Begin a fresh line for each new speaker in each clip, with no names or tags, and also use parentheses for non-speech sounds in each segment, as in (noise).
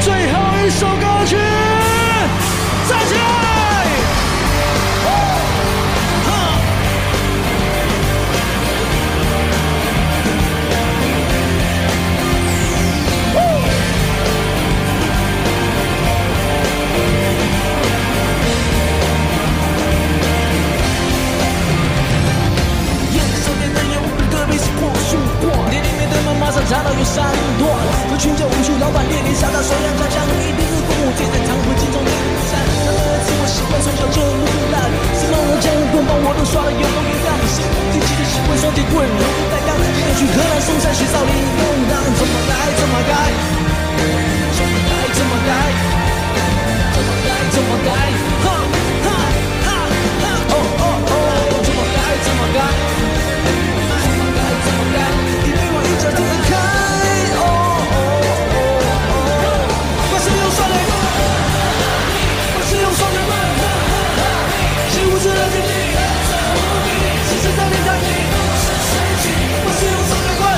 最后一首歌曲，站起来！厌世面的烟雾，隔壁是过树冠，店里面的门马上查到有三段，这群叫无趣，老板面临傻到手痒家乡，一定是父母借在长河镜中的午餐。他们的自我习惯从小就腐烂，什么人江湖棍棒我都耍的有模有样，心不定期的习惯双截棍，容易担当，今天去河南嵩山学少林动荡，怎么来怎么改，怎么来怎么改，怎么改怎么改，哈哈哈哈，哦哦哦，怎么改怎么改。你对我一脚踢开，哦哦哦哦，我是用双腿，我是用双腿，是无知的天地，是神在天堂，我是用双腿棍，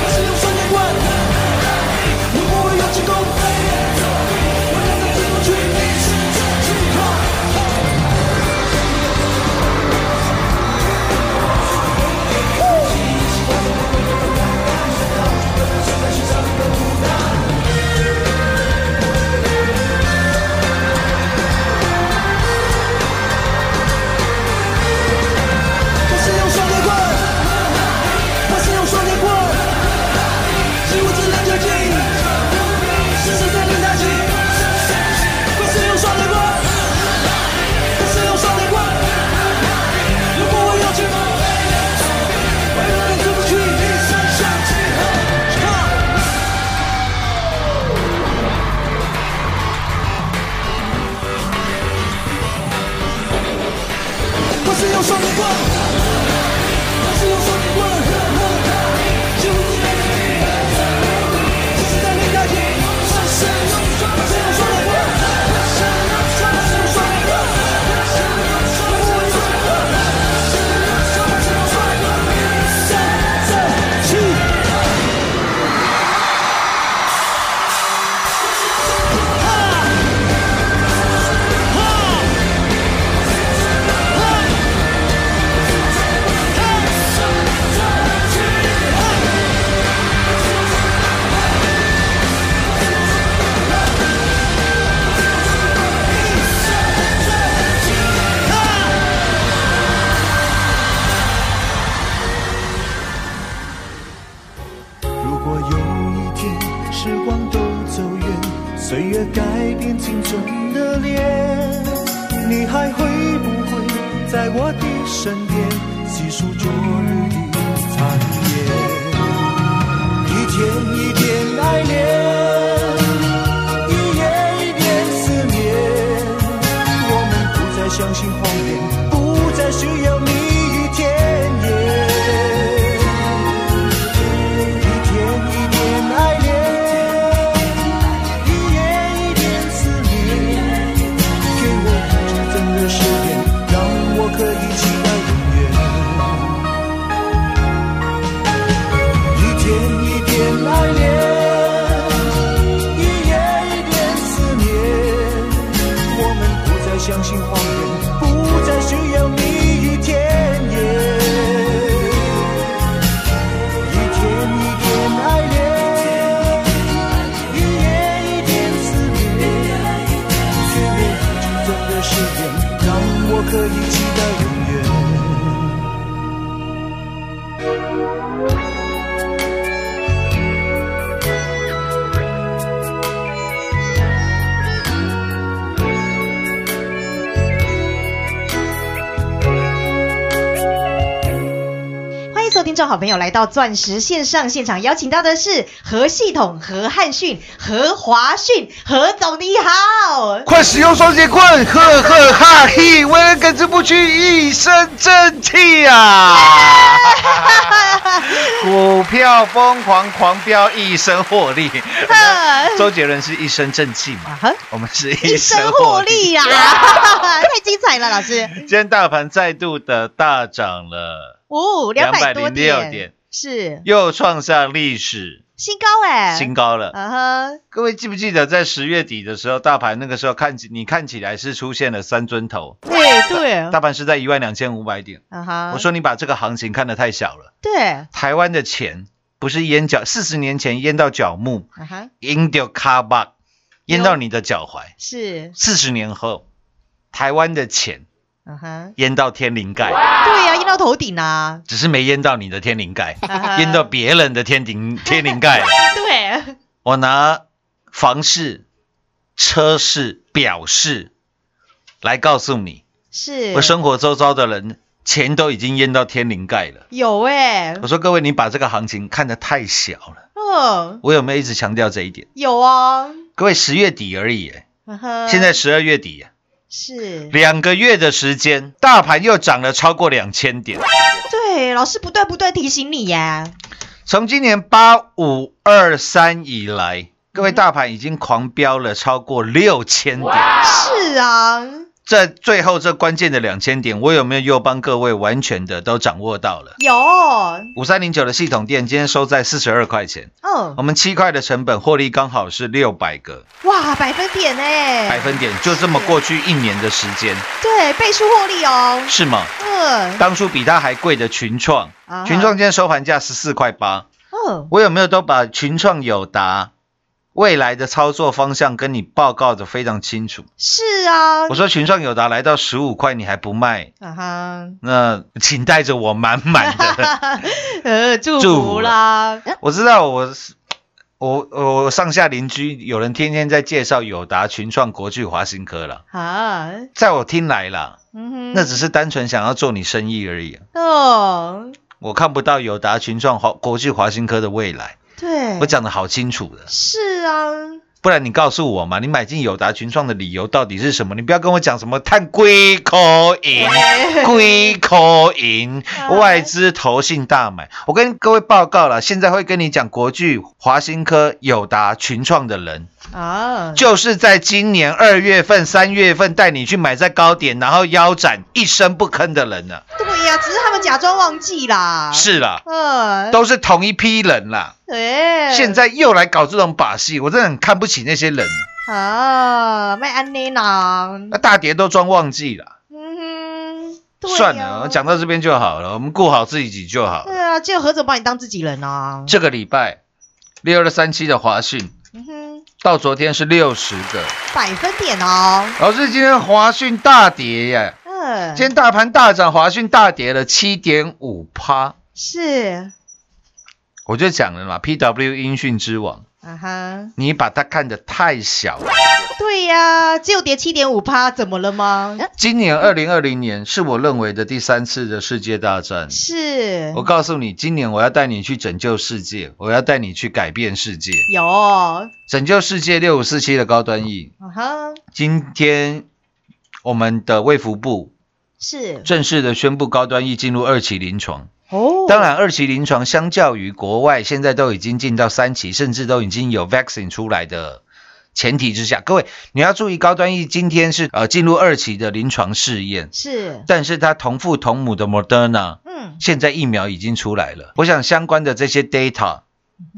我是用双腿棍，如果我有成功，我让它自动去你。我是用双截棍，我是用双截棍，是我自然就进，是谁在领大旗？我是用双截棍，我是用双截棍，如果我有钱，我永远出不去，一生向前。我是用双截棍，我是用双截棍，是我自然就进，是谁在领大旗？我是用双截棍，我是用双截棍，如果我有钱。
如果有一天时光都走远，岁月改变青春的脸，你还会不会在我的身边细数昨日的残烟？一天一点爱恋，一夜一点思念，我们不再相信谎言，不再需要蜜语甜言。一天一点爱恋，一夜一点思念，给我纯真的誓言，让我可以期待永远。一天一点爱恋，一夜一点思念，我们不再相信谎言，不再需要蜜语甜言。一天一点爱恋，一夜一点思念，给我纯真的誓言，让我可以期待永远。
一天一点爱恋，一夜一点思念，听众好朋友来到钻石线上现场，邀请到的是何系统、何汉逊、何华逊，何总你好。
快使用双截棍，呵呵哈嘿，为人耿直不屈，一身正气呀、
(laughs)
啊！股票疯狂狂飙，一身
(laughs)
获利。周杰伦是一身正气嘛
啊哈，
我们是一
一
身
身
获
获
利。
利呀、太精彩了，老师。 (laughs)
今天大盘再度的大涨了，
哦，两百多
206
点，
点
是
又创下历史
新高哎、
新高了。
嗯哼，
各位记不记得，在十月底的时候，大盘那个时候看起你看起来是出现了三尊头，
对对，
大盘是在一万两千五百点。
嗯哼，
我说你把这个行情看得太小了。
对，啊
台湾的钱不是淹脚，四十年前淹到脚木，
嗯哼，
淹到卡巴，淹到你的脚踝。
是，
四十年后，台湾的钱
嗯哼，
淹到天灵盖，
对呀、啊，淹到头顶啊，
只是没淹到你的天灵盖，
嗯哼
淹到别人的天顶天灵盖。
对，
我拿房市、车市、表市来告诉你，
是，
我生活周遭的人钱都已经淹到天灵盖了。
有哎、
我说各位，你把这个行情看得太小了。
嗯，
我有没有一直强调这一点？
有哦，
各位，十月底而已耶，
嗯哼，
现在十二月底耶，
是，
两个月的时间，大盘又涨了超过两千点。
对，老师不断不断提醒你呀、
从今年八五二三以来，各位
嗯
大盘已经狂飙了超过六千点。
是啊，
这最后这关键的两千点，我有没有又帮各位完全的都掌握到了？
有，哦
五三零九的系统店今天收在四十二块钱，我
嗯，
们七块的成本获利刚好是六百个
哇，百分点哎、
百分点，就这么过去一年的时间，
对，倍数获利哦，
是吗？
嗯，
当初比它还贵的群创，
啊
群创今天收盘价十四块八，
嗯，
我有没有都把群创友达未来的操作方向跟你报告的非常清楚？
是啊，
我说群创友达来到十五块你还不卖，
啊哈，
那请带着我满满
(laughs)
的。
呃，祝
祝福
福啦，
我知道我是我我上下邻居有人天天在介绍友达、群创、国巨、华新科了，
啊，
在我听来啦，
嗯哼，
那只是单纯想要做你生意而已。啊
哦，
我看不到友达、群创、华国巨、华新科的未来，
对，
我讲的好清楚的。
是啊，
不然你告诉我嘛，你买进友达群创的理由到底是什么？你不要跟我讲什么探龟壳银、龟壳银、
嗯
外资投信大买。我跟各位报告了，现在会跟你讲国巨、华新科、友达群创的人，
啊，
就是在今年二月份、三月份带你去买在高点，然后腰斩一声不吭的人呢、
对呀、只是他们假装忘记啦，，
是啦，
嗯，
都是同一批人啦。
哎、
现在又来搞这种把戏，我真的很看不起那些人。
啊，卖安妮啦，
那大跌都装忘记了。
嗯哼，对呀
算了，我讲到这边就好了，我们顾好自己就好
对
了。
啊，只有何总把你当自己人啊，
这个礼拜六二三七的华讯
嗯哼，
到昨天是六十个，
百分点哦，
老师今天华讯大跌耶，
嗯，
今天大盘大涨，华讯大跌了七点五趴。
是，
我就讲了嘛，PW 音讯之王，
啊哈，
你把它看得太小了。
对呀、只有跌七点五趴，怎么了吗？
今年二零二零年是我认为的第三次的世界大战。
是，
我告诉你，今年我要带你去拯救世界，我要带你去改变世界。
有，啊
拯救世界六五四七的高端 E，
哈，
今天我们的卫福部
是，
正式的宣布高端 E 进入二期临床。
哦，
当然，二期临床相较于国外现在都已经进到三期，甚至都已经有 vaccine 出来的前提之下，各位你要注意，高端 E 今天是呃进入二期的临床试验，
是，
但是它同父同母的 Moderna
嗯，
现在疫苗已经出来了，我想相关的这些 data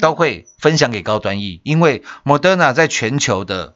都会分享给高端 E，因为 Moderna 在全球的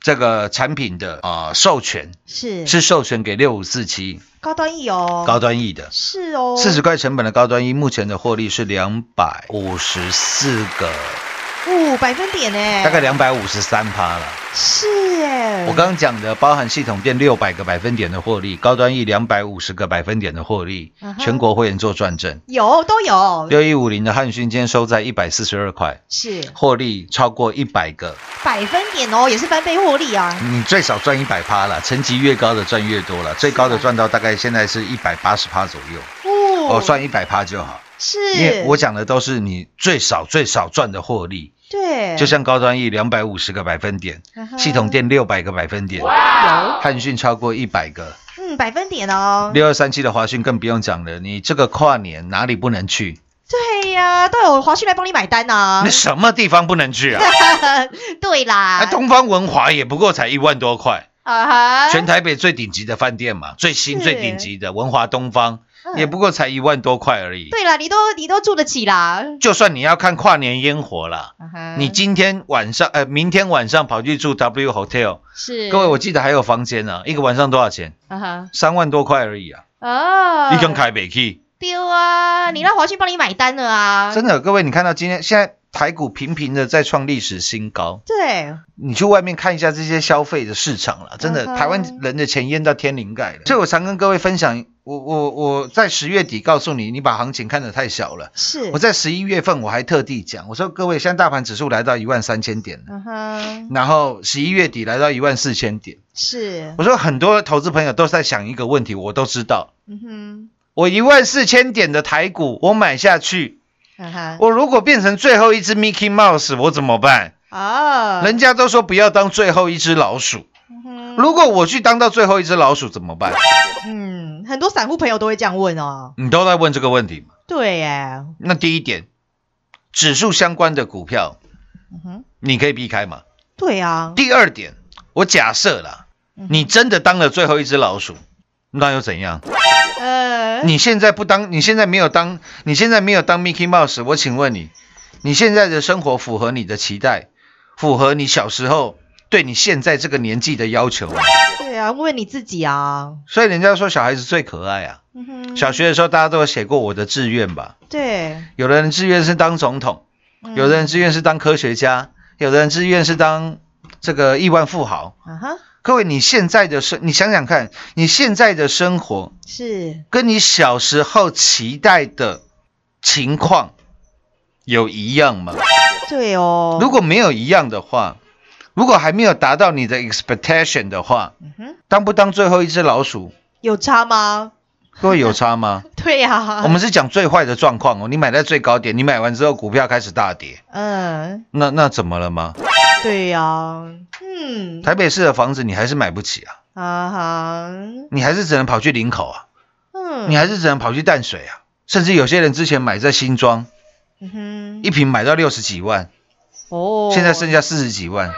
这个产品的啊、呃授权
是
是授权给六五四七
高端疫哦，
高端 E 的，
是哦，
四十块成本的高端 E 目前的获利是两百五十四个，
哦五百分点呢，
大概两百五十三趴了。
是哎，
我刚刚讲的包含系统店六百个百分点的获利，高端 E 两百五十个百分点的获利
嗯，哼
全国会员做转正。
有都有，
六一五零的汉讯今天收在一百四十二块，
是
获利超过一百个，
百分点哦，也是翻倍获利啊，
你最少赚一百趴了，层级越高的赚越多了，最高的赚到大概现在是一百八十趴左右，
哦
哦，算一百趴就好。因为
是，
我讲的都是你最少最少赚的获利，
对，
就像高端 E 两百五十个百分点
嗯，哼
系统店六百个百分点，
有
汉讯超过一百个，
嗯百分点哦，
六二三七的华讯更不用讲了，你这个跨年哪里不能去？
对呀、都有华讯来帮你买单呐、
你什么地方不能去啊？
(laughs) 对啦，
啊，东方文华也不过才一万多块，
啊哈，
全台北最顶级的饭店嘛，最新
是
最顶级的文华东
嗯
方也不过才一万多块而已。
对啦，你都你都住得起啦，
就算你要看跨年烟火啦，
啊哈
你今天晚上呃，明天晚上跑去住 W Hotel，
是
各位我记得还有房间呢、一个晚上多少钱？
啊哈
三万多块而已啊，
哦，
一根开北去。
丢啊，你让华讯帮你买单了啊，
真的，各位你看到今天现在台股频频的在创历史新高，
对，
你去外面看一下这些消费的市场了，真的，
嗯哼
台湾人的钱淹到天灵盖了。所以我常跟各位分享，我我我在十月底告诉你，你把行情看得太小了。
是
我，在十一月份我还特地讲，我说各位，现在大盘指数来到一万三千点了，
啊哈，
然后十一月底来到一万四千点。
是，
我说很多投资朋友都在想一个问题，我都知道，
嗯
我一万四千点的台股我买下去，
哼，啊哈，
我如果变成最后一只 Mickey Mouse，我怎么办？
哦，
人家都说不要当最后一只老鼠。
嗯哼
如果我去当到最后一只老鼠怎么办？
嗯，很多散户朋友都会这样问哦，
你都在问这个问题嘛？
对耶，
那第一点，指数相关的股票
嗯哼，
你可以避开嘛？
对啊，
第二点，我假设啦，
嗯
你真的当了最后一只老鼠，那又怎样？
呃，
你现在不当，你现在没有当，你现在没有当 Mickey Mouse，我请问你，你现在的生活符合你的期待，符合你小时候对你现在这个年纪的要求吗？
对啊，问你自己啊，
所以人家说小孩子最可爱啊。
嗯哼，
小学的时候大家都有写过我的志愿吧？
对，
有的人志愿是当总统，
嗯
有的人志愿是当科学家，有的人志愿是当这个亿万富豪。
啊哈，
各位，你现在的生，你想想看，你现在的生活
是，
跟你小时候期待的情况有一样吗？
对哦，
如果没有一样的话，如果还没有达到你的 expectation 的话，
嗯哼，
当不当最后一只老鼠，
有差吗？
各位有差
(laughs)
吗？
对呀，
我们是讲最坏的状况哦，你买在最高点，你买完之后股票开始大跌，
嗯，
那那怎么了吗？
对呀、嗯，
台北市的房子你还是买不起啊，
啊哈，
你还是只能跑去林口啊，
嗯，
你还是只能跑去淡水啊，甚至有些人之前买在新庄，
嗯哼，
一瓶买到六十几万，
哦，
现在剩下四十几万。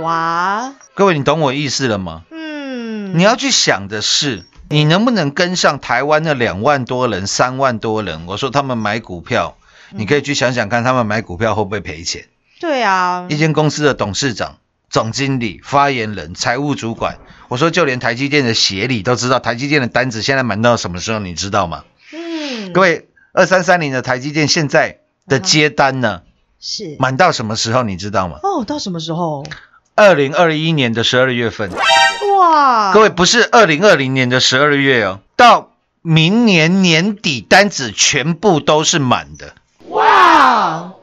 哇，
各位，你懂我意思了吗？
嗯，
你要去想的是，你能不能跟上台湾那两万多人、三万多人？我说他们买股票，
嗯
你可以去想想看，他们买股票会不会赔钱？
对啊
一，间公司的董事长、总经理、发言人、财务主管，我说就连台积电的协理都知道，台积电的单子现在满到什么时候，你知道吗？
嗯，
各位，二三三零的台积电现在的接单呢，
是，
满到什么时候，你知道吗？
哦，到什么时候？
二零二一年的十二月份，
哇，
各位不是二零二零年的十二月哦，到明年年底单子全部都是满的。
哇，啊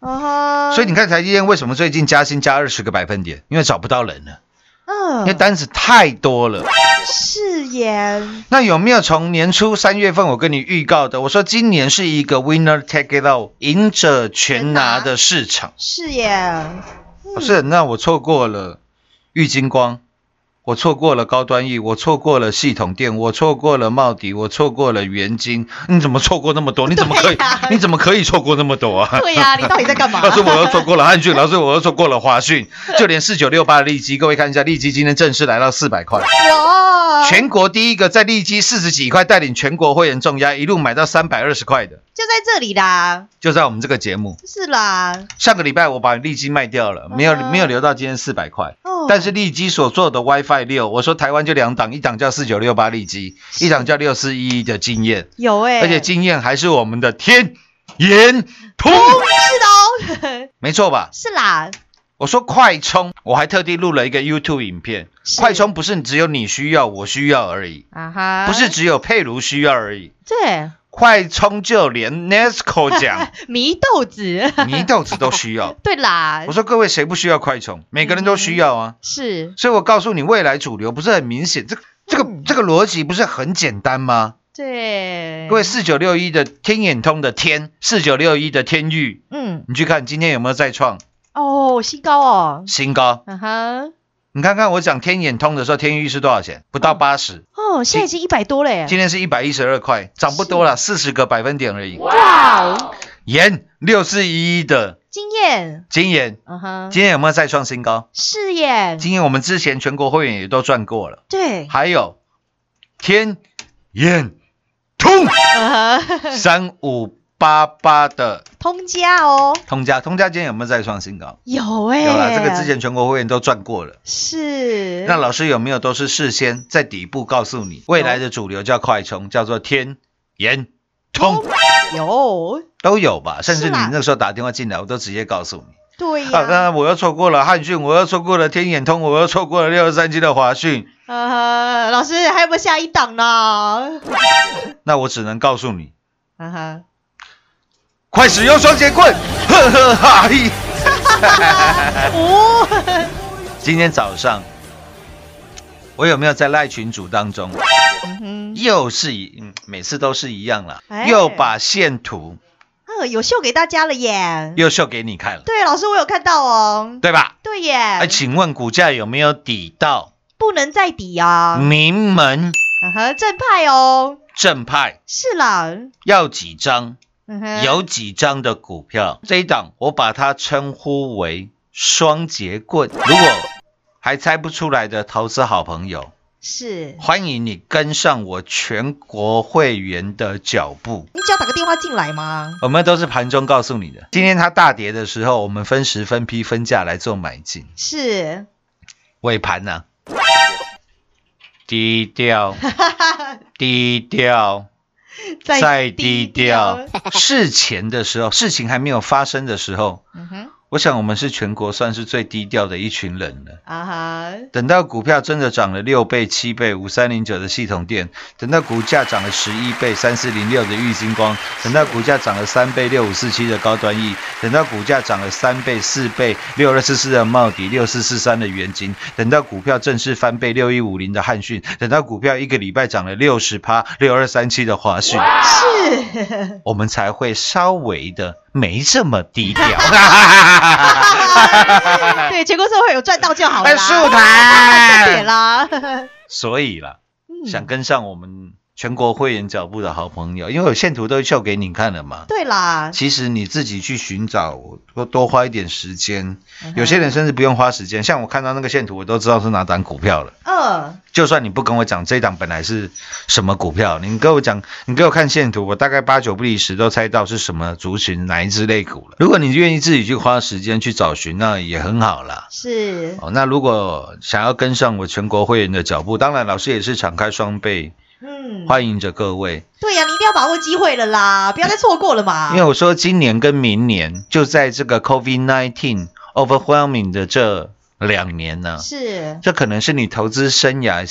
哈，
所以你看台积电为什么最近加薪加二十个百分点？因为找不到人了，
嗯，
因为单子太多了。
是耶，
那有没有从年初三月份我跟你预告的？我说今年是一个 winner take it all，赢者全拿的市场。
是耶，
不是，那我错过了玉金光，我错过了高端 E，我错过了系统店，我错过了茂迪，我错过了元金。你怎么错过那么多？你怎么可以？
对呀
你怎么可以错过那么多啊？
对呀、你到底在干嘛？
(laughs) 老师，我又错过了汉讯，老师，我又错过了华讯，就连四九六八的利基，各位看一下，利基今天正式来到四百块。
哇，
全国第一个在利基四十几块带领全国会员重压，一路买到三百二十块的，
就在这里啦，
就在我们这个节目。
是啦，
上个礼拜我把利基卖掉了，没有
嗯
没有留到今天四百块。
哦，
但是利基所做的 WiFi 六，我说台湾就两档，一档叫四九六八利基，一档叫六四一一的经验，
有哎、
而且经验还是我们的天眼通，
哦是的哦， (laughs)
没错吧？
是啦，
我说快充，我还特地录了一个 YouTube 影片。
是
快充不是只有你需要，我需要而已，
啊哈，
不是只有佩如需要而已。
对，
快充就连 Nesco
(laughs)
讲
迷豆子，
泥豆子都需要。
对啦
我，说各位谁不需要快充？每个人都需要啊。
是，
所以我告诉你，
嗯
未来主流不是很明显，这个这个这个逻辑不是很简单吗？
对，对，
各位，四九六一的天眼通的天，四九六一的天域，
嗯，
你去看今天有没有再创
哦，新高哦，
新高？
嗯哼，
你看看我讲天眼通的时候，天域是多少钱？不到八十、
哦，现在已经一百多了耶，
今天是一百一十二块，涨不多了，四十个百分点而已。
哇哦，
盐六四一一的
经验，
金盐，
嗯哼，
今天有没有再创新高？
是耶，
今天我们之前全国会员也都赚过了，
对，
还有天眼通
嗯哼， (laughs)
三五八八的
通家哦，
通家，通家今天有没有再创新高？
有哎，
有了，这个之前全国会员都赚过了。
是，
那老师有没有都是事先在底部告诉你，未来的主流叫快充，叫做天眼通
有，
都有吧？甚至
哦是
你
啦
那时候打电话进来，我都直接告诉你。
对
啊，当
呀，
然我又错过了汉讯，我又错过了天眼通，我又错过了六十三七的华讯，
嗯哼，老师还有没有下一档呢？
那我只能告诉你，
嗯哼，
快使用双节棍，呵呵哈嘿。
哦， (laughs)
今天早上，我有没有在赖群组当中，
嗯哼，
又是一、嗯、每次都是一样啦，
哎
又把线图
啊，有秀给大家了耶，
又秀给你看了，
对，老师我有看到哦，
对吧？
对耶，
哎，请问股价有没有抵到
不能再抵啊，
名门
嗯哼，正派哦，
正派？
是啦，
要几张？
嗯哼，
有几张的股票？这一档我把它称呼为双节棍。如果还猜不出来的投资好朋友，
是，
欢迎你跟上我全国会员的脚步。
你只要打个电话进来吗？
我们都是盘中告诉你的。今天它大跌的时候，我们分时、分批、分价来做买进。
是，
尾盘呢、低 (laughs) 调，低调，再低调。事前的时候，事情还没有发生的时候，
嗯哼，
我想我们是全国算是最低调的一群人了。
啊哈，
等到股票真的涨了六倍、七倍，五三零九的系统店；等到股价涨了十一倍，三四零六的玉金光；等到股价涨了三倍，六五四七的高端 E；等到股价涨了三倍、四倍，六二四四的茂迪，六四四三的元金；等到股票正式翻倍，六一五零的汉讯；等到股票一个礼拜涨了六十趴，六二三七的华讯， (laughs)
是，
我们才会稍微的没这么低调。
对，全国社会有赚到就 (laughs) 好啦。
(laughs) 分数
对
台，
啦， (laughs)
所以啦。
嗯
想跟上我们全国会员脚步的好朋友，因为我线图都秀给你看了嘛。
对啦，
其实你自己去寻找，多多花一点时间。
嗯哼
有些人甚至不用花时间，像我看到那个线图，我都知道是哪档股票了。
嗯，
就算你不跟我讲这一档本来是什么股票，你跟我讲，你给我看线图，我大概八九不离十都猜到是什么族群哪一只类股了。如果你愿意自己去花时间去找寻，那也很好啦。
是，
哦，那如果想要跟上我全国会员的脚步，当然老师也是敞开双臂，
嗯，
欢迎着各位。
对呀，你一定要把握机会了啦，不要再错过了嘛。
因为我说今年跟明年就在这个 COVID-19 overwhelming 的这两年呢、
是，
这可能是你投资生涯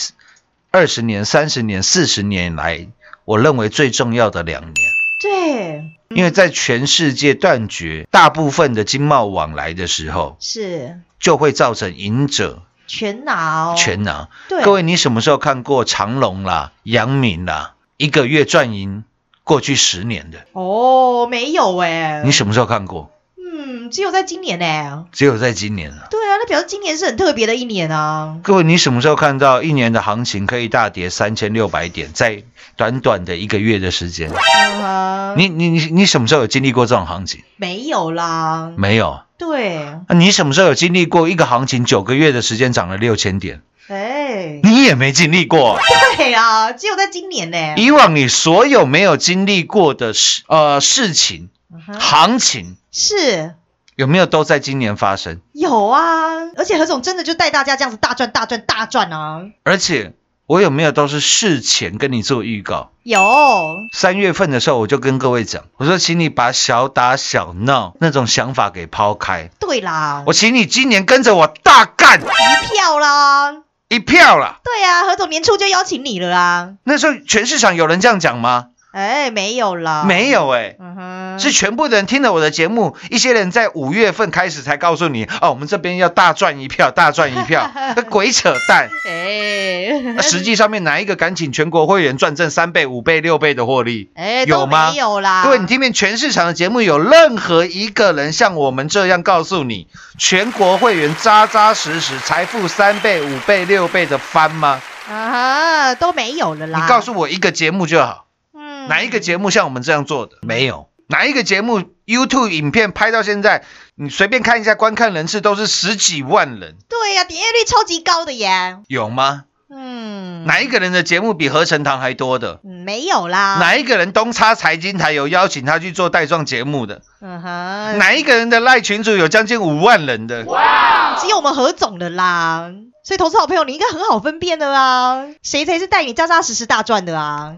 二十年、三十年、四十年来，我认为最重要的两年。
对，
因为在全世界断绝大部分的经贸往来的时候，
是
就会造成赢者
全拿哦，
全拿。
对，
各位，你什么时候看过长隆啦、阳明啦，一个月赚赢过去十年的？
哦，没有哎，
你什么时候看过？
嗯，只有在今年呢。
只有在今年了。
对啊，那表示今年是很特别的一年啊。
各位，你什么时候看到一年的行情可以大跌三千六百点，在短短的一个月的时间？
嗯哼
你你你你什么时候有经历过这种行情？
没有啦，
没有。
对，
啊你什么时候有经历过一个行情九个月的时间涨了六千点？
哎，
你也没经历过。
对啊，只有在今年呢、
以往你所有没有经历过的事呃事情
嗯哼
行情，
是
有没有都在今年发生？
有啊，而且何总真的就带大家这样子大赚大赚大赚啊，
而且我有没有都是事前跟你做预告？
有，
三月份的时候，我就跟各位讲，我说，请你把小打小闹那种想法给抛开，
对啦，
我请你今年跟着我大干
一票啦，
一票啦。
对啊，何总年初就邀请你了啦，啊
那时候全市场有人这样讲吗？
哎，没有啦，
没，有哎、
嗯哼，嗯
是全部的人听了我的节目，一些人在五月份开始才告诉你，哦，我们这边要大赚一票，大赚一票，那鬼扯淡。
哎
那实际上面哪一个敢请全国会员赚正三倍、五倍、六倍的获利？
哎，
有
都
吗
没有啦。
各位，你听遍全市场的节目，有任何一个人像我们这样告诉你，全国会员扎扎实实财富三倍、五倍、六倍的翻吗？
啊哈，都没有了
你
啦。
告诉我一个节目就好，
嗯
哪一个节目像我们这样做的？没有。哪一个节目 YouTube 影片拍到现在，你随便看一下观看人次都是十几万人，
对呀、点阅率超级高的耶。
有吗？
嗯，
哪一个人的节目比合成堂还多的？
嗯没有啦。
哪一个人东差财经台有邀请他去做带状节目的？
嗯哼，
哪一个人的赖群主有将近五万人的？
只有我们何总的啦。所以，投资好朋友，你应该很好分辨的啦，谁才是带你扎扎实实大赚的啊？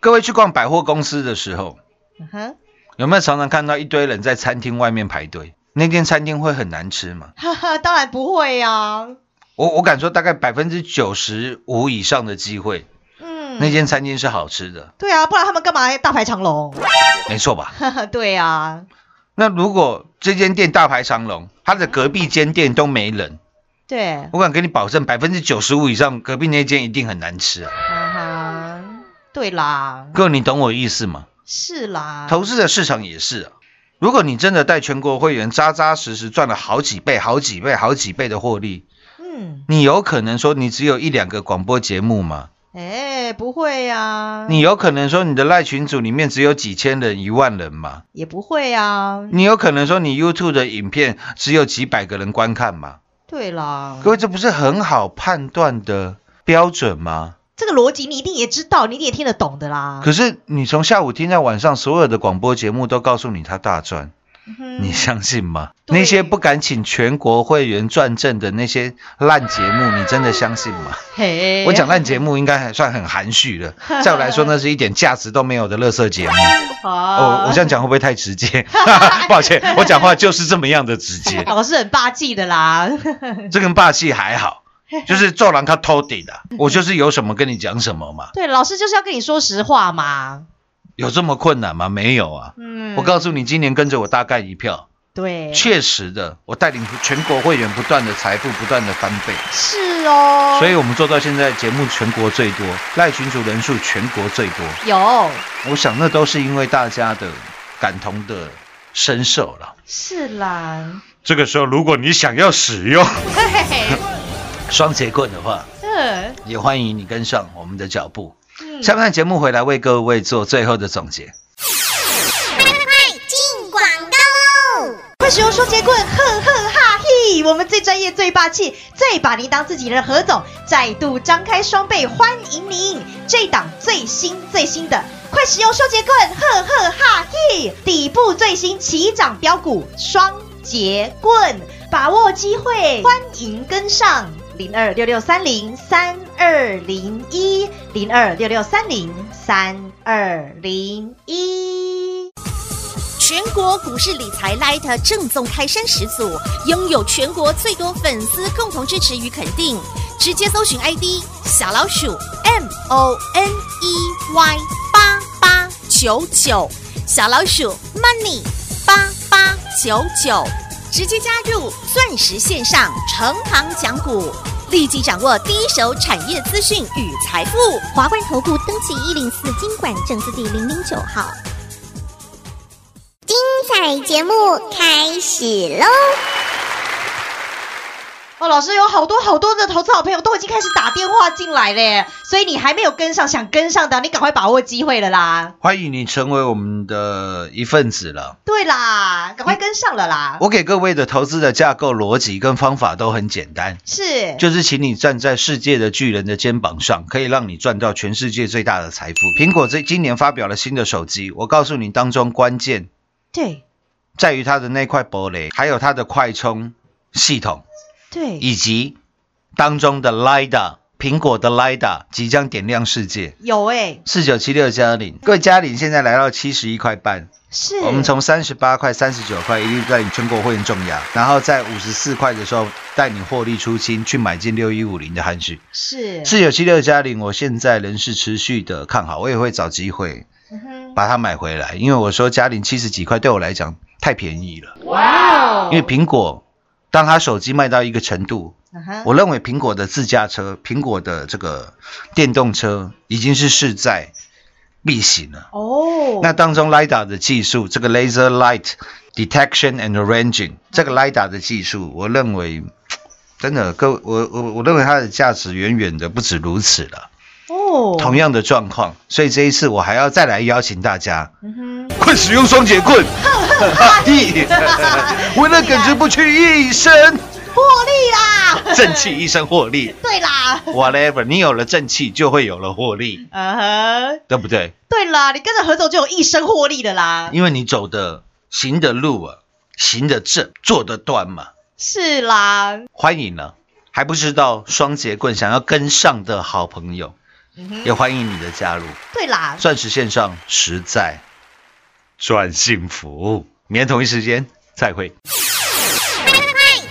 各位去逛百货公司的时候，
嗯哼，
有没有常常看到一堆人在餐厅外面排队？那间餐厅会很难吃吗？
哈哈，当然不会啊呀、
我我敢说，大概百分之九十五以上的机会，
嗯，
那间餐厅是好吃的，
对啊，不然他们干嘛大排长龙？ (laughs)
没错吧？
哈哈，对啊，
那如果这间店大排长龙，它的隔壁间店都没人，
对，
我敢跟你保证，百分之九十五以上隔壁那间一定很难吃啊！
嗯哼，对啦，
各位，你懂我意思吗？
是啦，
投资的市场也是啊。如果你真的带全国会员扎扎实实赚了好几倍、好几倍、好几倍的获利，
嗯，
你有可能说你只有一两个广播节目吗？
哎，不会呀、啊，
你有可能说你的赖群组里面只有几千人、一万人吗？
也不会啊，
你有可能说你 YouTube 的影片只有几百个人观看吗？
对啦，
各位，这不是很好判断的标准吗？
这个逻辑你一定也知道，你一定也听得懂的啦。
可是你从下午听到晚上，所有的广播节目都告诉你他大赚，你
你
相信吗？
嗯对
那些不敢请全国会员转正的那些烂节目，你真的相信吗？
嘿，
我讲烂节目应该还算很含蓄了，在我来说那是一点价值都没有的垃圾节目。哦，
呃
我这样讲会不会太直接？
(laughs)
抱歉，我讲话就是这么样的直接，
老师很霸气的啦， (laughs)
这跟霸气还好，就是做人他偷底的，我就是有什么跟你讲什么嘛，
对，老师就是要跟你说实话嘛。
有这么困难吗？没有啊，
嗯，
我告诉你，今年跟着我大干一票，
对，
确实的，我带领全国会员不断的财富不断的翻倍，
是哦，
所以我们做到现在节目全国最多，赖群主人数全国最多，
有
我想那都是因为大家的感同的深受了。
是啦，
这个时候，如果你想要使用
嘿嘿
(laughs)
嘿，
双节棍的话，
嗯
也欢迎你跟上我们的脚步。
嗯
下半段节目回来为各位做最后的总结。
进广告喽！
快使用双节棍，哼哼哈嘿！我们最专业、最霸气、最把您当自己人的何总，再度张开双臂欢迎您！这档最新最新的，快使用双节棍，哼哼哈嘿！底部最新起涨标股双节棍，把握机会，欢迎跟上。零二六六三零三二零一，零二六六三零三二零一。
全国股市理财 Light 正宗开山始祖，拥有全国最多粉丝共同支持与肯定。直接搜寻 ID 小老鼠 M O N E Y 八八九九，小老鼠 Money 八八九九，直接加入钻石线上成行讲股，立即掌握第一手产业资讯与财富。华冠投顾登记一零四经管证字第零零九号。
彩节目开始喽！
哦，老师有好多好多的投资好朋友都已经开始打电话进来嘞，所以你还没有跟上，想跟上的你赶快把握机会了啦！
欢迎你成为我们的一份子了。
对啦，赶快跟上了啦！
我给各位的投资的架构逻辑跟方法都很简单，
是，
就是请你站在世界的巨人的肩膀上，可以让你赚到全世界最大的财富。苹果这今年发表了新的手机，我告诉你，当中关键
对
在于它的那块玻璃，还有它的快充系统。
对，
以及当中的 LIDA，苹果的 LIDA 即将点亮世界。
有哎、
四九七六加零，各位嘉玲现在来到七十一块半，
是，
我们从三十八块、三十九块一路带你全国会员重压，然后在五十四块的时候带你获利出清，去买进六一五零的含蓄。
是，
四九七六加零，我现在仍是持续的看好，我也会找机会
嗯哼
把它买回来，因为我说嘉陵七十几块对我来讲太便宜了。哇！因为苹果，当它手机卖到一个程度，
嗯哼
我认为苹果的自驾车、苹果的这个电动车已经是势在必行了。
哦，
那当中 LiDAR 的技术，这个 Laser Light Detection and Ranging
嗯
这个 LiDAR 的技术，我认为真的，各位，我我我认为它的价值远远的不止如此了。
哦，
同样的状况，所以这一次我还要再来邀请大家，
嗯
快使用双
(laughs)
节棍，哈嘿为了耿直不屈一生， (laughs)
哼，获利啦，
正气一生获利。
对啦，
Whatever，你有了正气，就会有了获利，
嗯哼，
对不对？
对啦，你跟着何总就有一生获利的啦，
因为你走的行的路啊，行得正，坐得端嘛。
是啦，
欢迎了，还不知道双节棍想要跟上的好朋友，
嗯哼，
也欢迎你的加入。
对啦，
钻石线上实在赚幸福，明天同一时间再会。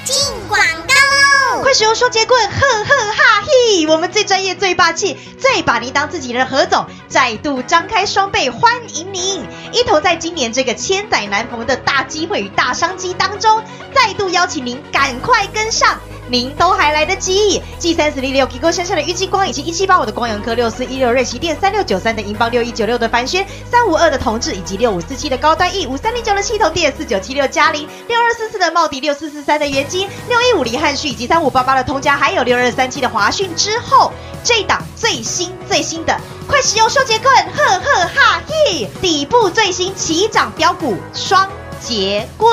进广告喽！
快使用双节棍，哼哼哈嘿！我们最专业、最霸气、最把您当自己人的何总，再度张开双臂欢迎您，一头在今年这个千载难逢的大机会与大商机当中，再度邀请您赶快跟上。您都还来得及，G 三十零六提供身上的玉金光以及一七八五的光阳科六四一六瑞奇电三六九三的银邦六一九六的凡轩三五二的同志以及六五四七的高端 E 五三零九的系统电四九七六嘉陵六二四四的茂迪六四四三的元金六一五零汉旭以及三五八八的通家还有六二三七的华讯之后，这档最新最新的快使用双节棍，呵呵哈嘿，底部最新起涨标股双节棍。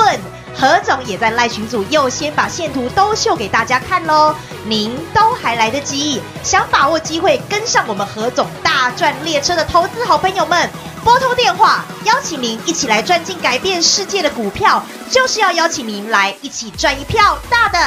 何总也在赖群组又先把线图都秀给大家看喽，您都还来得及，想把握机会跟上我们何总大赚列车的投资好朋友们，拨通电话邀请您一起来赚进改变世界的股票，就是要邀请您来一起赚一票大的。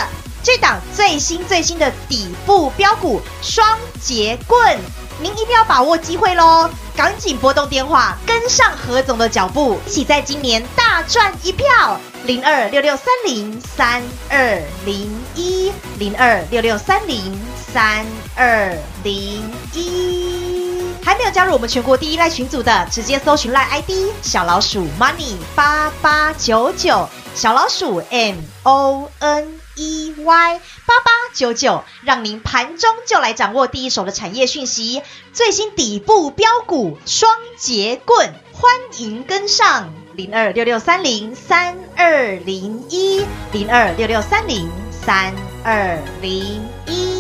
这档最新最新的底部标股双节棍，您一定要把握机会喽！赶紧拨动电话，跟上何总的脚步，一起在今年大赚一票。零二六六三零三二零一，零二六六三零三二零一。还没有加入我们全国第一赖群组的，直接搜寻赖 ID 小老鼠 money 八八九九，小老鼠 m o n e y 八八九九，让您盘中就来掌握第一手的产业讯息，最新底部标股双节棍，欢迎跟上零二六六三零三二零一零二六六三零三二零一。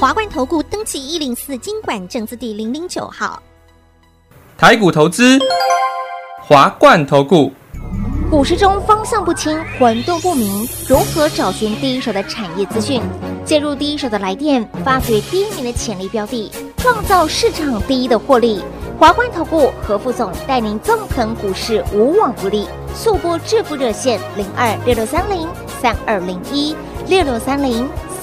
华冠投顾登记一零四经管证字第零零九号。
台股投资，华冠投顾。
股市中方向不清、混沌不明，如何找寻第一手的产业资讯？介入第一手的来电，发掘第一名的潜力标的，创造市场第一的获利。华冠投顾何副总带领纵横股市，无往不利。速播致富热线零二六六三零三二零一六六三零